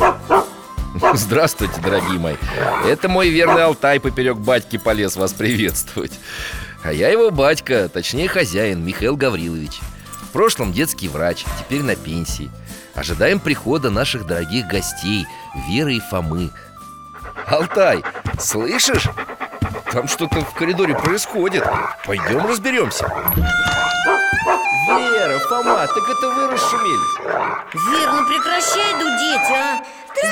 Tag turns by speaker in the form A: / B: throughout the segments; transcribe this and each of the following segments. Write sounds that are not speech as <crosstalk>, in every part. A: <laughs> Здравствуйте, дорогие мои Это мой верный Алтай поперек батьки полез вас приветствовать А я его батька, точнее хозяин Михаил Гаврилович В прошлом детский врач, теперь на пенсии Ожидаем прихода наших дорогих гостей Веры и Фомы Алтай, слышишь? Там что-то в коридоре происходит Пойдем разберемся Вера, Фома, так это вы расшумелись
B: Вер, ну прекращай дудеть, а!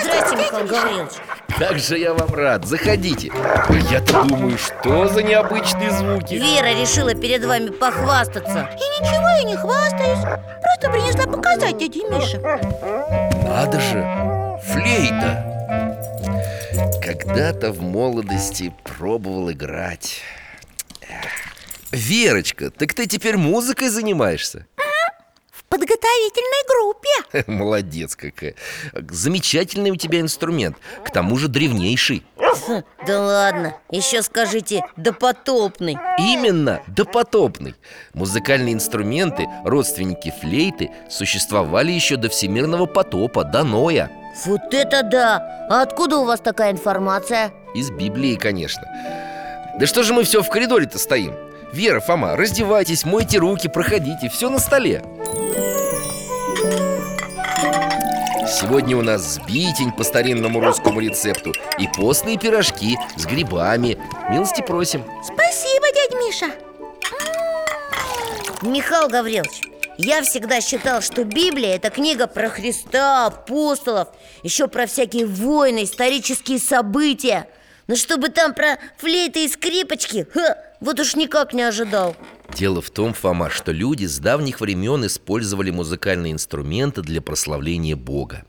B: Здрасте, Михаил Гаврилович
A: Как же я вам рад, заходите А я-то думаю, что за необычные звуки
B: Вера решила перед вами похвастаться
C: И ничего я не хвастаюсь Просто принесла показать дяде Мише
A: Надо же, флейта Когда-то в молодости пробовал играть Эх. Верочка, так ты теперь музыкой занимаешься?
C: В подготовительной группе
A: <laughs> Молодец какая Замечательный у тебя инструмент К тому же древнейший
B: Да ладно, еще скажите «допотопный»
A: Именно допотопный. Музыкальные инструменты, родственники флейты, существовали еще до всемирного потопа, до Ноя.
B: Вот это да! А откуда у вас такая информация?
A: Из Библии, конечно. Да что же мы все в коридоре-то стоим? Вера, Фома, раздевайтесь, мойте руки, проходите, все на столе. Сегодня у нас сбитень по старинному русскому рецепту и постные пирожки с грибами. Милости просим.
C: Спасибо, дядь Миша
B: Михаил Гаврилович, я всегда считал, что Библия – это книга про Христа, апостолов Еще про всякие войны, исторические события Но чтобы там про флейты и скрипочки, ха, вот уж никак не ожидал
A: Дело в том, Фома, что люди с давних времен использовали музыкальные инструменты для прославления Бога.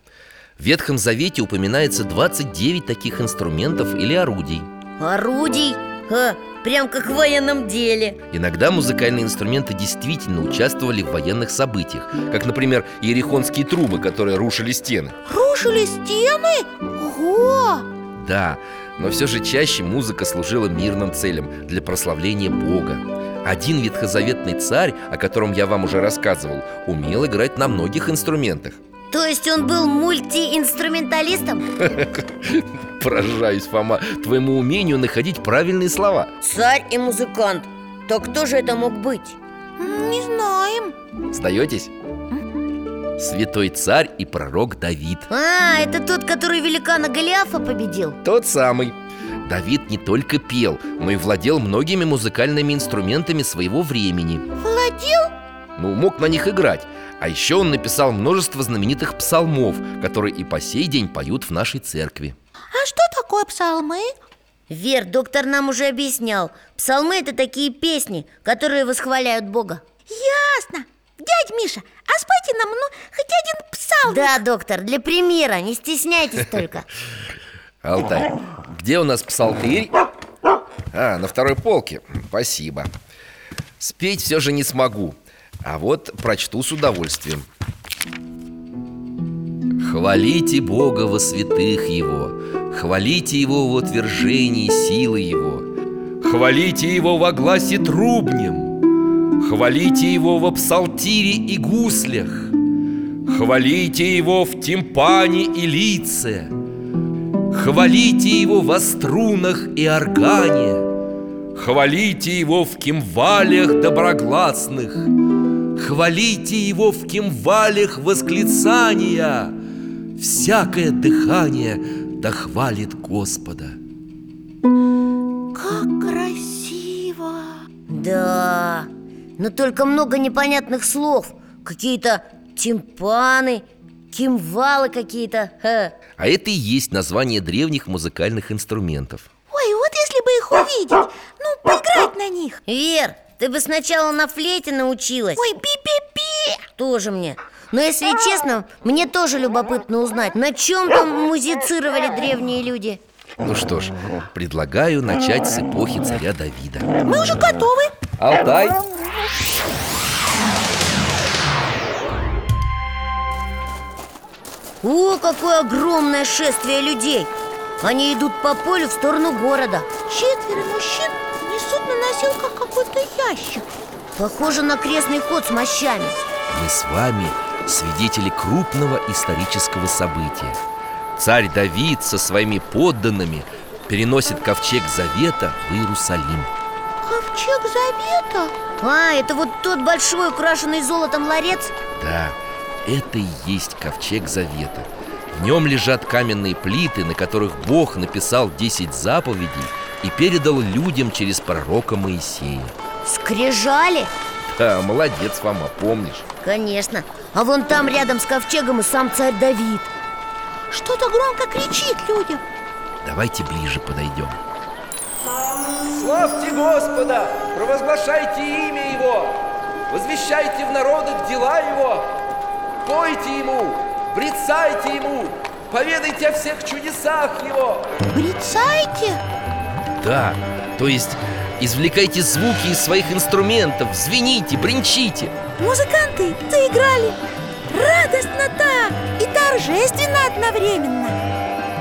A: В Ветхом Завете упоминается 29 таких инструментов или орудий.
B: Орудий? Ха, прям как в военном деле
A: Иногда музыкальные инструменты действительно участвовали в военных событиях, как, например, иерихонские трубы, которые рушили стены.
C: Рушили стены? Ого!
A: Да, но все же чаще музыка служила мирным целям для прославления Бога. Один ветхозаветный царь, о котором я вам уже рассказывал, умел играть на многих инструментах. <laughs>
B: То есть он был мультиинструменталистом?
A: Поражаюсь, Фома, твоему умению находить правильные слова.
B: Царь и музыкант Так кто же это мог быть?
C: М, Не знаем
A: Сдаетесь? Святой царь и пророк Давид.
B: А, это тот, который великана Голиафа победил
A: Тот самый. Давид не только пел, но и владел многими музыкальными инструментами своего времени.
C: Владел?
A: Ну, мог на них играть. А еще он написал множество знаменитых псалмов, которые и по сей день поют в нашей церкви.
C: А что такое псалмы?
B: Вер, доктор нам уже объяснял Псалмы – это такие песни, которые восхваляют Бога
C: Ясно Дядь Миша, а спойте нам, ну, хоть один псалм
B: Да, доктор, для примера, не стесняйтесь только
A: Алтай, где у нас псалтырь? А, на второй полке. Спасибо. Спеть все же не смогу. А вот прочту с удовольствием. Хвалите Бога во святых Его, хвалите Его в утвержении силы Его, хвалите Его во гласе трубнем, хвалите Его во псалтире и гуслях, хвалите Его в тимпане и лице, Хвалите его во струнах и органе, Хвалите его в кимвалях доброгласных,
D: Хвалите его в кимвалях восклицания Всякое дыхание дохвалит Господа
E: Как красиво!
B: Да, но только много непонятных слов Какие-то тимпаны, кимвалы какие-то Ха.
A: А это и есть название древних музыкальных инструментов
E: Ой, вот если бы их увидеть Ну, поиграть на них
B: Вер, ты бы сначала на флейте научилась
E: Ой, пи-пи-пи
B: Тоже мне Но если честно, мне тоже любопытно узнать На чем там музицировали древние люди
A: Ну что ж, предлагаю начать с эпохи царя Давида
E: Мы уже готовы
A: Алтай,
B: О, какое огромное шествие людей Они идут по полю в сторону города
E: Четверо мужчин несут на носилках какой-то ящик
B: Похоже на крестный ход с мощами
A: мы с вами свидетели крупного исторического события Царь Давид со своими подданными переносит ковчег Завета в Иерусалим
E: Ковчег завета
B: А, это вот тот большой украшенный золотом ларец?
A: Да, это и есть ковчег завета. В нем лежат каменные плиты, на которых Бог написал 10 заповедей и передал людям через пророка Моисея.
B: Скрижали?
A: Да, молодец, Фома, помнишь?
B: Конечно А вон там рядом с ковчегом и сам царь Давид
E: Что-то громко кричит людям
A: Давайте ближе подойдем.
D: Славьте Господа, провозглашайте имя Его, возвещайте в народах дела Его, пойте Ему, прицайте Ему, поведайте о всех чудесах Его.
E: Брицайте
A: Да, то есть извлекайте звуки из своих инструментов, звените, бренчите.
E: Музыканты заиграли Радостно так и торжественно одновременно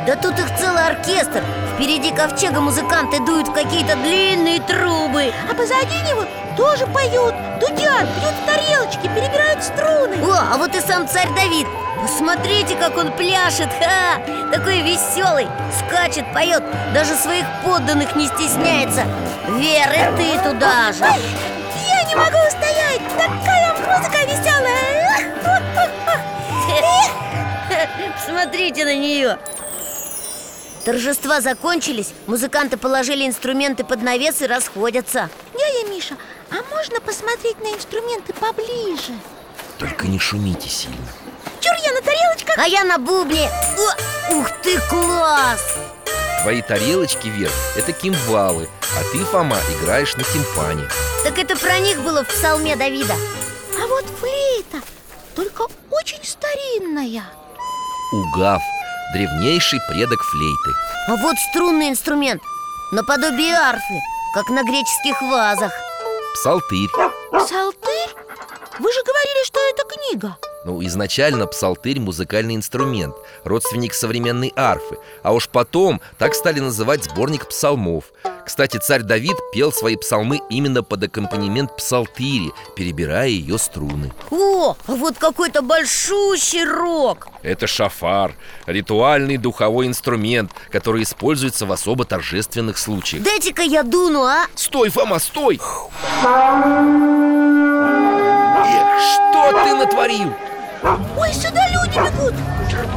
B: Да тут их целый оркестр Впереди ковчега музыканты дуют в какие-то длинные трубы
E: А позади него тоже поют, дудят, бьют в тарелочки, перебирают струны
B: О, а вот и сам царь Давид Посмотрите, как он пляшет, ха! Такой веселый, скачет, поет Даже своих подданных не стесняется Вера, и ты туда же
E: Ой, я не могу устоять, такая музыка веселая
B: <laughs> Смотрите на нее Торжества закончились, музыканты положили инструменты под навес и расходятся
E: Дядя Миша, а можно посмотреть на инструменты поближе?
A: Только не шумите сильно.
E: Чур я на тарелочках
B: А я на бубне О, Ух ты, класс!
A: Твои тарелочки вверх – это кимвалы, а ты, Фома, играешь на тимпане.
B: Так это про них было в псалме Давида
E: А вот флейта, только очень старинная
A: Угав – древнейший предок флейты.
B: А вот струнный инструмент Наподобие арфы, как на греческих вазах
A: Псалтырь
E: Псалтырь? Вы же говорили, что это книга
A: Ну, изначально псалтырь – музыкальный инструмент, родственник современной арфы А уж потом так стали называть сборник псалмов Кстати, царь Давид пел свои псалмы именно под аккомпанемент псалтыри, перебирая ее струны
B: О, а вот какой-то большущий рог
A: Это шафар, ритуальный духовой инструмент, который используется в особо торжественных случаях
B: Дайте-ка я дуну, а?
A: Стой, Фома, стой! Эх, что ты натворил?
E: Ой, сюда люди бегут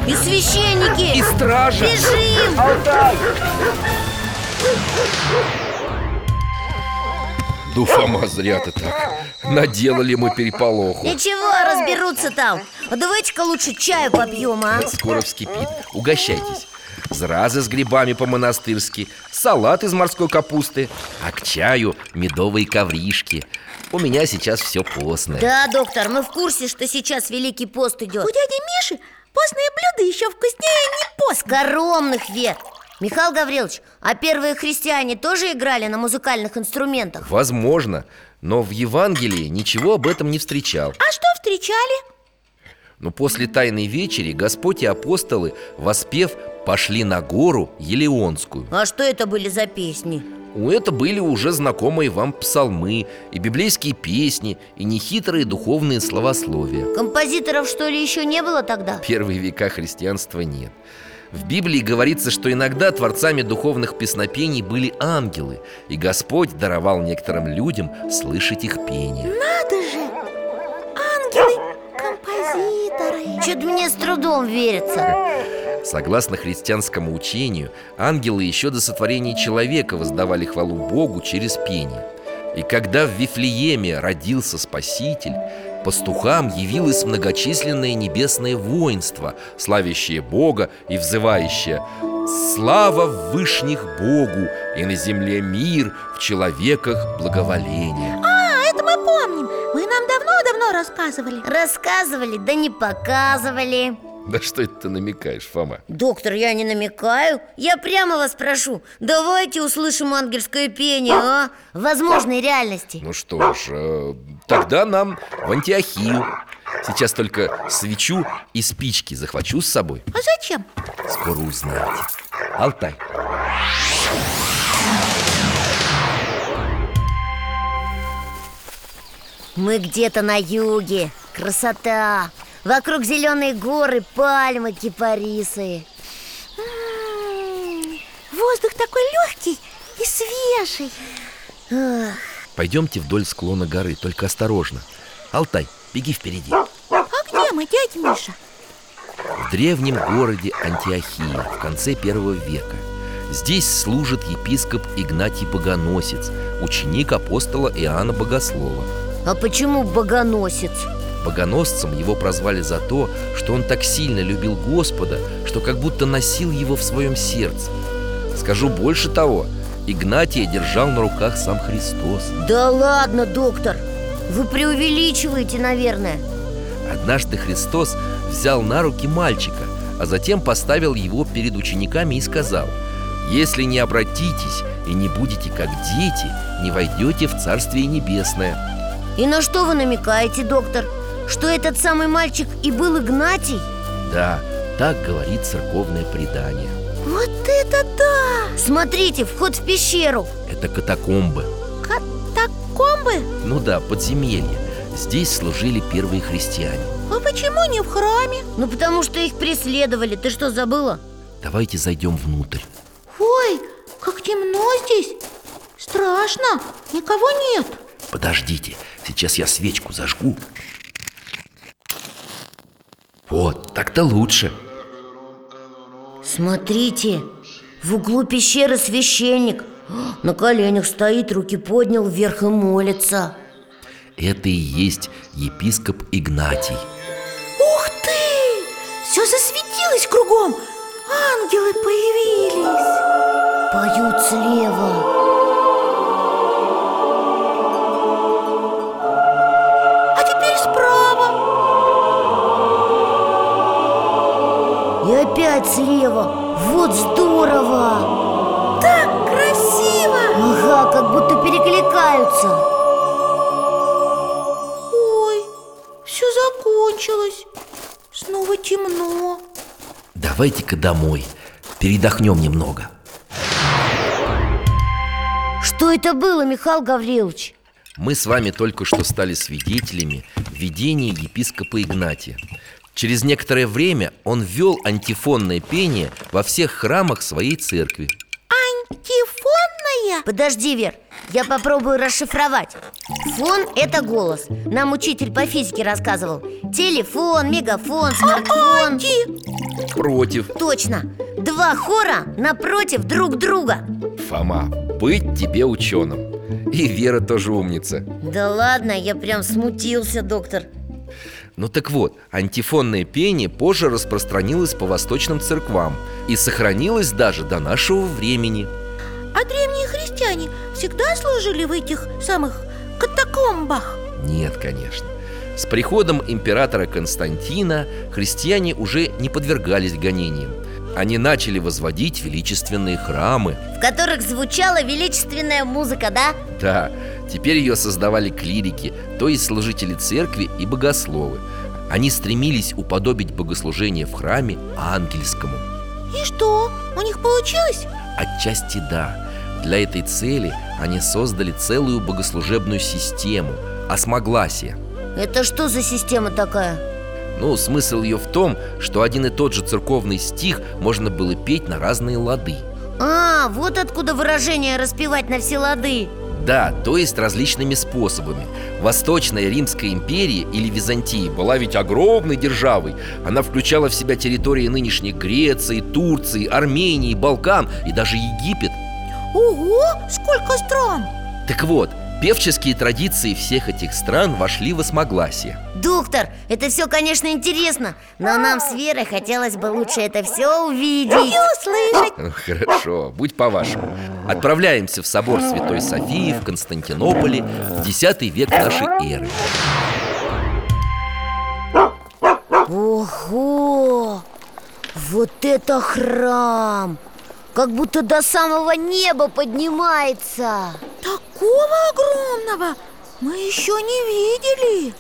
B: И священники
A: И стража!
B: Бежим!
A: Да, Ну, Фома, зря ты так Наделали мы переполоху
B: Ничего, разберутся там А давайте-ка лучше чаю попьем, а?
A: Скоро вскипит Угощайтесь Зразы с грибами по-монастырски Салат из морской капусты А к чаю медовые ковришки У меня сейчас все постное
B: Да, доктор, мы в курсе, что сейчас Великий пост идет
E: У дяди Миши постные блюда еще вкуснее а не пост
B: Скоромных век Михаил Гаврилович, а первые христиане тоже играли на музыкальных инструментах?
A: Возможно, но в Евангелии ничего об этом не встречал
E: А что встречали?
A: Но после Тайной Вечери Господь и апостолы, воспев, пошли на гору Елеонскую
B: А что это были за песни?
A: У это были уже знакомые вам псалмы и библейские песни и нехитрые духовные словословия.
B: Композиторов, что ли, еще не было тогда?
A: Первые века христианства нет. В Библии говорится, что иногда творцами духовных песнопений были ангелы, и Господь даровал некоторым людям слышать их пение.
E: Надо же!
F: Что-то мне с трудом верится
D: Согласно христианскому учению, ангелы еще до сотворения человека воздавали хвалу Богу через пение. И когда в Вифлееме родился Спаситель, пастухам явилось многочисленное небесное воинство, славящее Бога и взывающее «Слава в вышних Богу, и на земле мир, в человеках благоволение».
E: А, это мы помним Вы нам давно-давно рассказывали
F: Рассказывали, да не показывали
D: Да что это ты намекаешь, Фома?
B: Доктор, я не намекаю Я прямо вас прошу Давайте услышим ангельское пение, а?
F: Возможной реальности
D: Ну что ж, э, тогда нам в Антиохию. Сейчас только свечу и спички захвачу с собой.
E: А зачем?
D: Скоро узнаете. Алтай.
F: Мы где-то на юге Красота Вокруг зеленые горы, пальмы, кипарисы
E: М, Воздух такой легкий и свежий
D: Пойдемте вдоль склона горы, только осторожно. Алтай, беги впереди.
E: А где мы, дядь Миша?
D: В древнем городе Антиохия в конце первого века. Здесь служит епископ Игнатий Богоносец, ученик апостола Иоанна Богослова.
B: А почему богоносец?
D: Богоносцем его прозвали за то, что он так сильно любил Господа, что как будто носил его в своем сердце. Скажу больше того, Игнатия держал на руках сам Христос.
B: Да ладно, доктор Вы преувеличиваете, наверное
D: Однажды Христос взял на руки мальчика, а затем поставил его перед учениками и сказал, «Если не обратитесь и не будете как дети, не войдете в Царствие Небесное».
B: И на что вы намекаете, доктор? Что этот самый мальчик и был Игнатий?
D: Да, так говорит церковное предание.
E: Вот это да!
B: Смотрите, вход в пещеру
D: Это катакомбы.
E: Катакомбы?
D: Ну да, подземелье. Здесь служили первые христиане.
E: А почему не в храме?
B: Ну потому что их преследовали, ты что, забыла?
D: Давайте зайдем внутрь.
E: Ой, как темно здесь Страшно, никого нет
D: Подождите, сейчас я свечку зажгу. Вот, так-то лучше.
B: Смотрите, в углу пещеры священник О, На коленях стоит, руки поднял вверх и молится
D: Это и есть епископ Игнатий.
E: Ух ты! Все засветилось кругом Ангелы появились
B: Поют слева
E: А теперь справа
B: и опять слева Вот здорово!
E: Так красиво
B: Ага, как будто перекликаются
E: Ой, все закончилось Снова темно
D: Давайте-ка домой. Передохнем немного.
B: Что это было, Михаил Гаврилович?
D: Мы с вами только что стали свидетелями видения епископа Игнатия. Через некоторое время он ввел антифонное пение во всех храмах своей церкви.
E: Антифонная?
B: Подожди, Вер, я попробую расшифровать Фон – это голос Нам учитель по физике рассказывал Телефон, мегафон, смартфон
D: Против.
B: Точно, два хора напротив друг друга
D: Фома, быть тебе ученым. И Вера тоже умница.
B: Да ладно, я прям смутился, доктор
D: Ну так вот, антифонное пение позже распространилось по восточным церквам и сохранилось даже до нашего времени.
E: А древние христиане всегда служили в этих самых катакомбах?
D: Нет, конечно. С приходом императора Константина христиане уже не подвергались гонениям. Они начали возводить величественные храмы.
B: В которых звучала величественная музыка, да?
D: Да, теперь ее создавали клирики, то есть служители церкви и богословы. Они стремились уподобить богослужение в храме ангельскому.
E: И что, у них получилось?
D: Отчасти да. Для этой цели они создали целую богослужебную систему – осмогласие.
B: Это что за система такая?
D: Ну, смысл ее в том, что один и тот же церковный стих можно было петь на разные лады.
B: А, вот откуда выражение «распевать на все лады»
D: Да, то есть различными способами. Восточная Римская империя или Византия была ведь огромной державой. Она включала в себя территории нынешней Греции, Турции, Армении, Балкан и даже Египет.
E: Ого, сколько стран!
D: Так вот, певческие традиции всех этих стран вошли в осмогласие.
B: Доктор, это все, конечно, интересно Но нам с Верой хотелось бы лучше это все увидеть
E: И услышать
D: Ну, Хорошо, будь по-вашему. Отправляемся в собор Святой Софии в Константинополе в X век нашей эры.
B: Ого! Вот это храм! Как будто до самого неба поднимается
E: Такого огромного мы еще не видели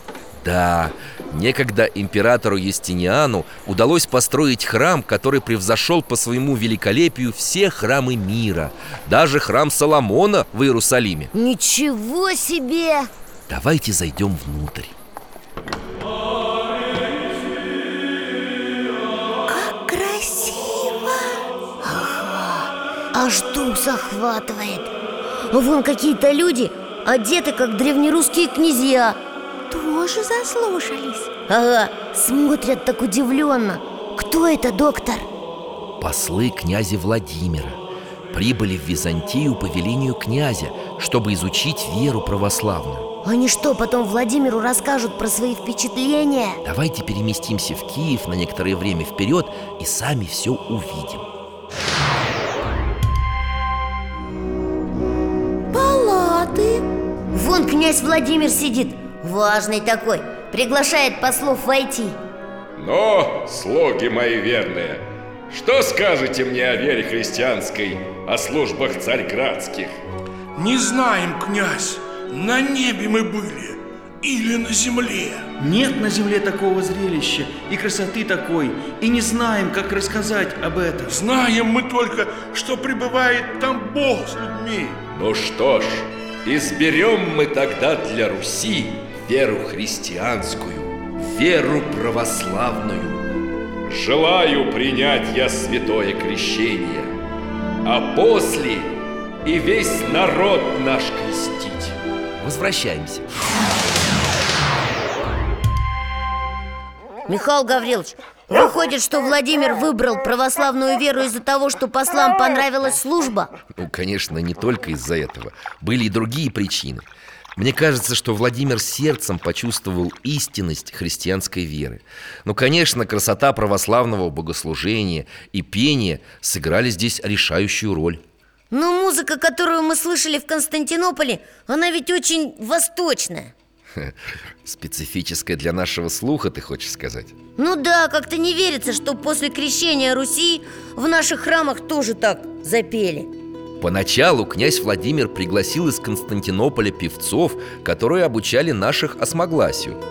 D: Да, некогда императору Юстиниану удалось построить храм, который превзошел по своему великолепию все храмы мира, даже храм Соломона в Иерусалиме.
B: Ничего себе!
D: Давайте зайдем внутрь.
E: Как красиво!
B: Аж дух захватывает А Вон какие-то люди одеты, как древнерусские князья
E: Тоже заслушались
B: Ага, смотрят так удивленно Кто это, доктор?
D: Послы князя Владимира прибыли в Византию по велению князя, чтобы изучить веру православную.
B: Они что, потом Владимиру расскажут про свои впечатления?
D: Давайте переместимся в Киев на некоторое время вперед и сами все увидим.
E: Палаты
B: Вон князь Владимир сидит, важный такой Приглашает послов войти
A: Но, слуги мои верные, что скажете мне о вере христианской, о службах царьградских?
G: Не знаем, князь, на небе мы были или на земле.
H: Нет на земле такого зрелища и красоты такой, и не знаем, как рассказать об этом.
G: Знаем мы только, что пребывает там Бог с людьми.
A: Ну что ж, изберем мы тогда для Руси веру христианскую, веру православную. Желаю принять я святое крещение, а после и весь народ наш крестить.
D: Возвращаемся.
B: Михаил Гаврилович, выходит, что Владимир выбрал православную веру из-за того, что послам понравилась служба?
D: Ну, конечно, не только из-за этого. Были и другие причины. Мне кажется, что Владимир сердцем почувствовал истинность христианской веры. Ну, конечно, красота православного богослужения и пения сыграли здесь решающую роль.
B: Но музыка, которую мы слышали в Константинополе, она ведь очень восточная
D: Специфическая для нашего слуха, ты хочешь сказать?
B: Ну да, как-то не верится, что после крещения Руси в наших храмах тоже так запели
D: Поначалу князь Владимир пригласил из Константинополя певцов, которые обучали наших осмогласию.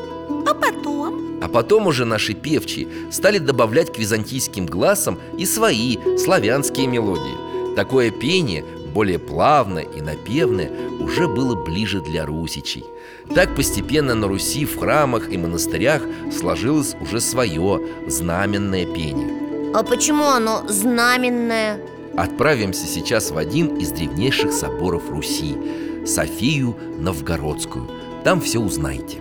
E: А потом?
D: А потом уже наши певчие стали добавлять к византийским гласам и свои славянские мелодии. Такое пение, более плавное и напевное, уже было ближе для русичей. Так постепенно на Руси в храмах и монастырях сложилось уже свое знаменное пение.
B: А почему оно знаменное?
D: Отправимся сейчас в один из древнейших соборов Руси – Софию Новгородскую. Там все узнаете.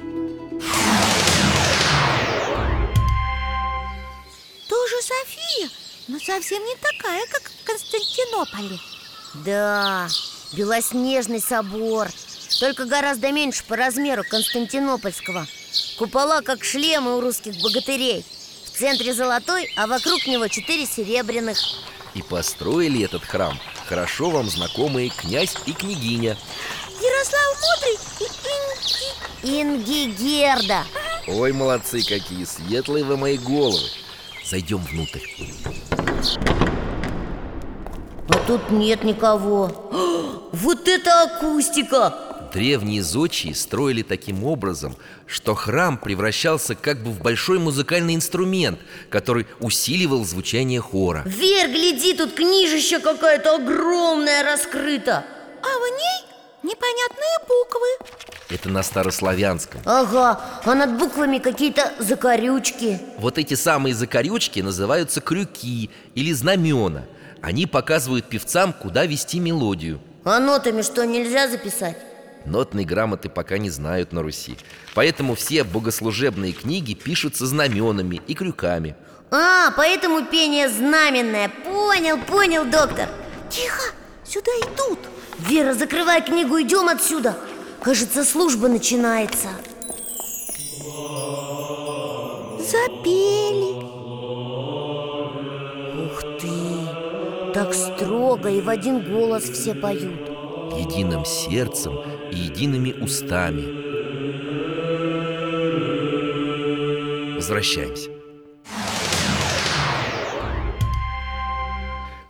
E: Тоже София, но Ну, совсем не такая, как в Константинополе
B: Да, Белоснежный собор Только гораздо меньше по размеру Константинопольского Купола как шлемы у русских богатырей В центре золотой, а вокруг него четыре серебряных
D: И построили этот храм хорошо вам знакомые князь и княгиня.
E: Ярослав Мудрый и Инги
B: Ингигерда
D: Ой, молодцы какие, светлые вы мои головы. Зайдем внутрь.
B: А тут нет никого <gasps> Вот это акустика!
D: Древние зодчие строили таким образом, что храм превращался как бы в большой музыкальный инструмент, который усиливал звучание хора.
B: Вер, гляди, тут книжище какая-то огромная раскрыта
E: А в ней непонятные буквы
D: Это на старославянском.
B: Ага, а над буквами какие-то закорючки
D: Вот эти самые закорючки называются крюки или знамена. Они показывают певцам, куда вести мелодию.
B: А нотами что, нельзя записать?
D: Нотной грамоты пока не знают на Руси. Поэтому все богослужебные книги пишутся знаменами и крюками.
B: А, поэтому пение знаменное Понял, понял, доктор
E: Тихо, сюда идут
B: Вера, закрывай книгу, идем отсюда Кажется, служба начинается
E: Запели
B: Ух ты, так строго и в один голос все поют
D: Единым сердцем и едиными устами. Возвращаемся.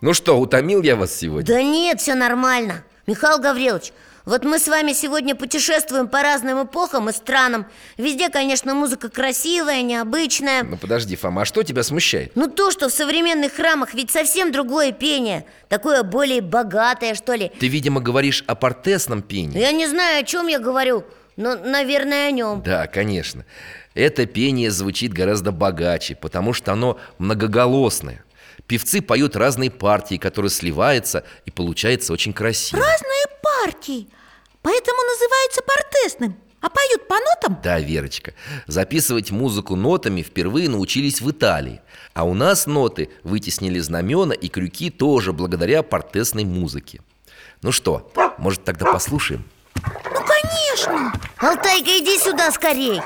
D: Ну что, утомил я вас сегодня?
B: Да нет, все нормально Михаил Гаврилович, вот мы с вами сегодня путешествуем по разным эпохам и странам Везде, конечно, музыка красивая, необычная
D: Ну подожди, Фома, а что тебя смущает?
B: Ну то, что в современных храмах ведь совсем другое пение Такое более богатое, что ли
D: Ты, видимо, говоришь о портесном пении.
B: Ну, Я не знаю, о чем я говорю, но, наверное, о нем
D: Да, конечно. Это пение звучит гораздо богаче, потому что оно многоголосное. Певцы поют разные партии, которые сливаются и получается очень красиво.
E: Разные партии Поэтому называется портесным А поют по нотам?
D: Да, Верочка, записывать музыку нотами впервые научились в Италии. А у нас ноты вытеснили знамена и крюки тоже благодаря портесной музыке. Ну что, может тогда послушаем?
E: Ну, конечно
B: Алтайка, иди сюда скорей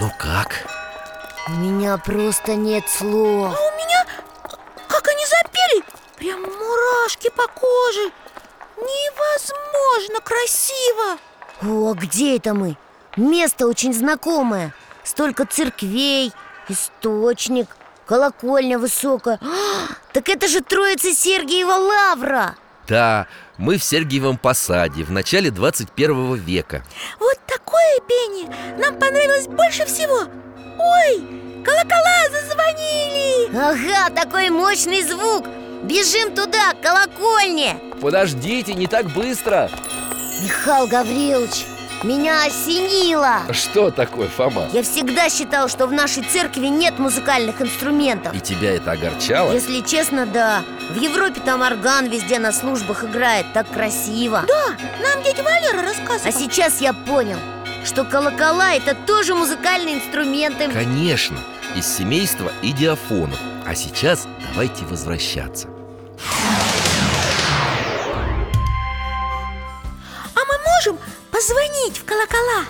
D: Ну как?
B: У меня просто нет слов
E: А у меня, как они запели Прям мурашки по коже Невозможно красиво
B: О, где это мы? Место очень знакомое Столько церквей, источник, колокольня высокая А, Так это же Троица Сергиева Лавра
D: Да, мы в Сергиевом посаде в начале 21 века.
E: Вот такое пение нам понравилось больше всего Ой, колокола зазвонили
B: Ага, такой мощный звук Бежим туда, к колокольне
D: Подождите, не так быстро!
B: Михаил Гаврилович, меня осенило
D: Что такое, Фома?
B: Я всегда считал, что в нашей церкви нет музыкальных инструментов
D: И тебя это огорчало?
B: Если честно, да В Европе там орган везде на службах играет Так красиво
E: Да, нам дядя Валера рассказывал
B: А сейчас я понял, что колокола это тоже музыкальные инструменты
D: Конечно, из семейства идиофонов. А сейчас давайте возвращаться.
E: А мы можем позвонить в колокола?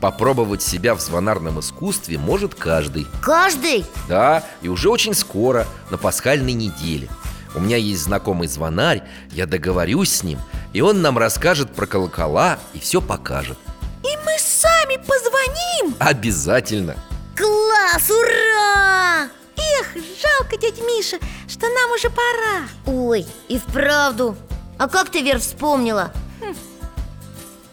D: Попробовать себя в звонарном искусстве может каждый.
B: Каждый?
D: Да, и уже очень скоро, на пасхальной неделе. У меня есть знакомый звонарь, я договорюсь с ним, и он нам расскажет про колокола и все покажет.
E: И мы сами позвоним
D: Обязательно!
B: Класс, ура!
E: Эх, жалко, дядь Миша, что нам уже пора
B: Ой, и вправду А как ты, Вер, вспомнила?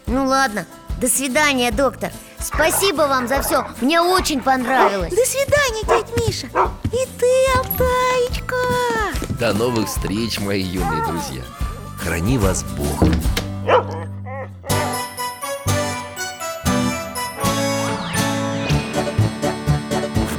B: Ну ладно, до свидания, доктор Спасибо вам за все, мне очень понравилось
E: До свидания, дядь Миша И ты, Алтаечка
D: До новых встреч, мои юные друзья! Храни вас Бог! В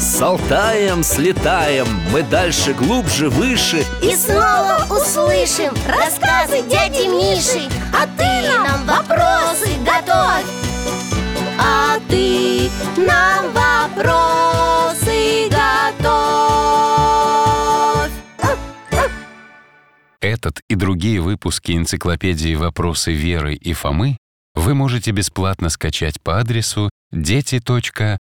D: С Алтаем слетаем, мы дальше, глубже, выше.
B: И снова услышим рассказы дяди Миши А ты нам вопросы готовь А ты нам вопросы готовь
I: Это этот и другие выпуски энциклопедии «Вопросы Веры и Фомы» вы можете бесплатно скачать по адресу дети.радиовера.ру.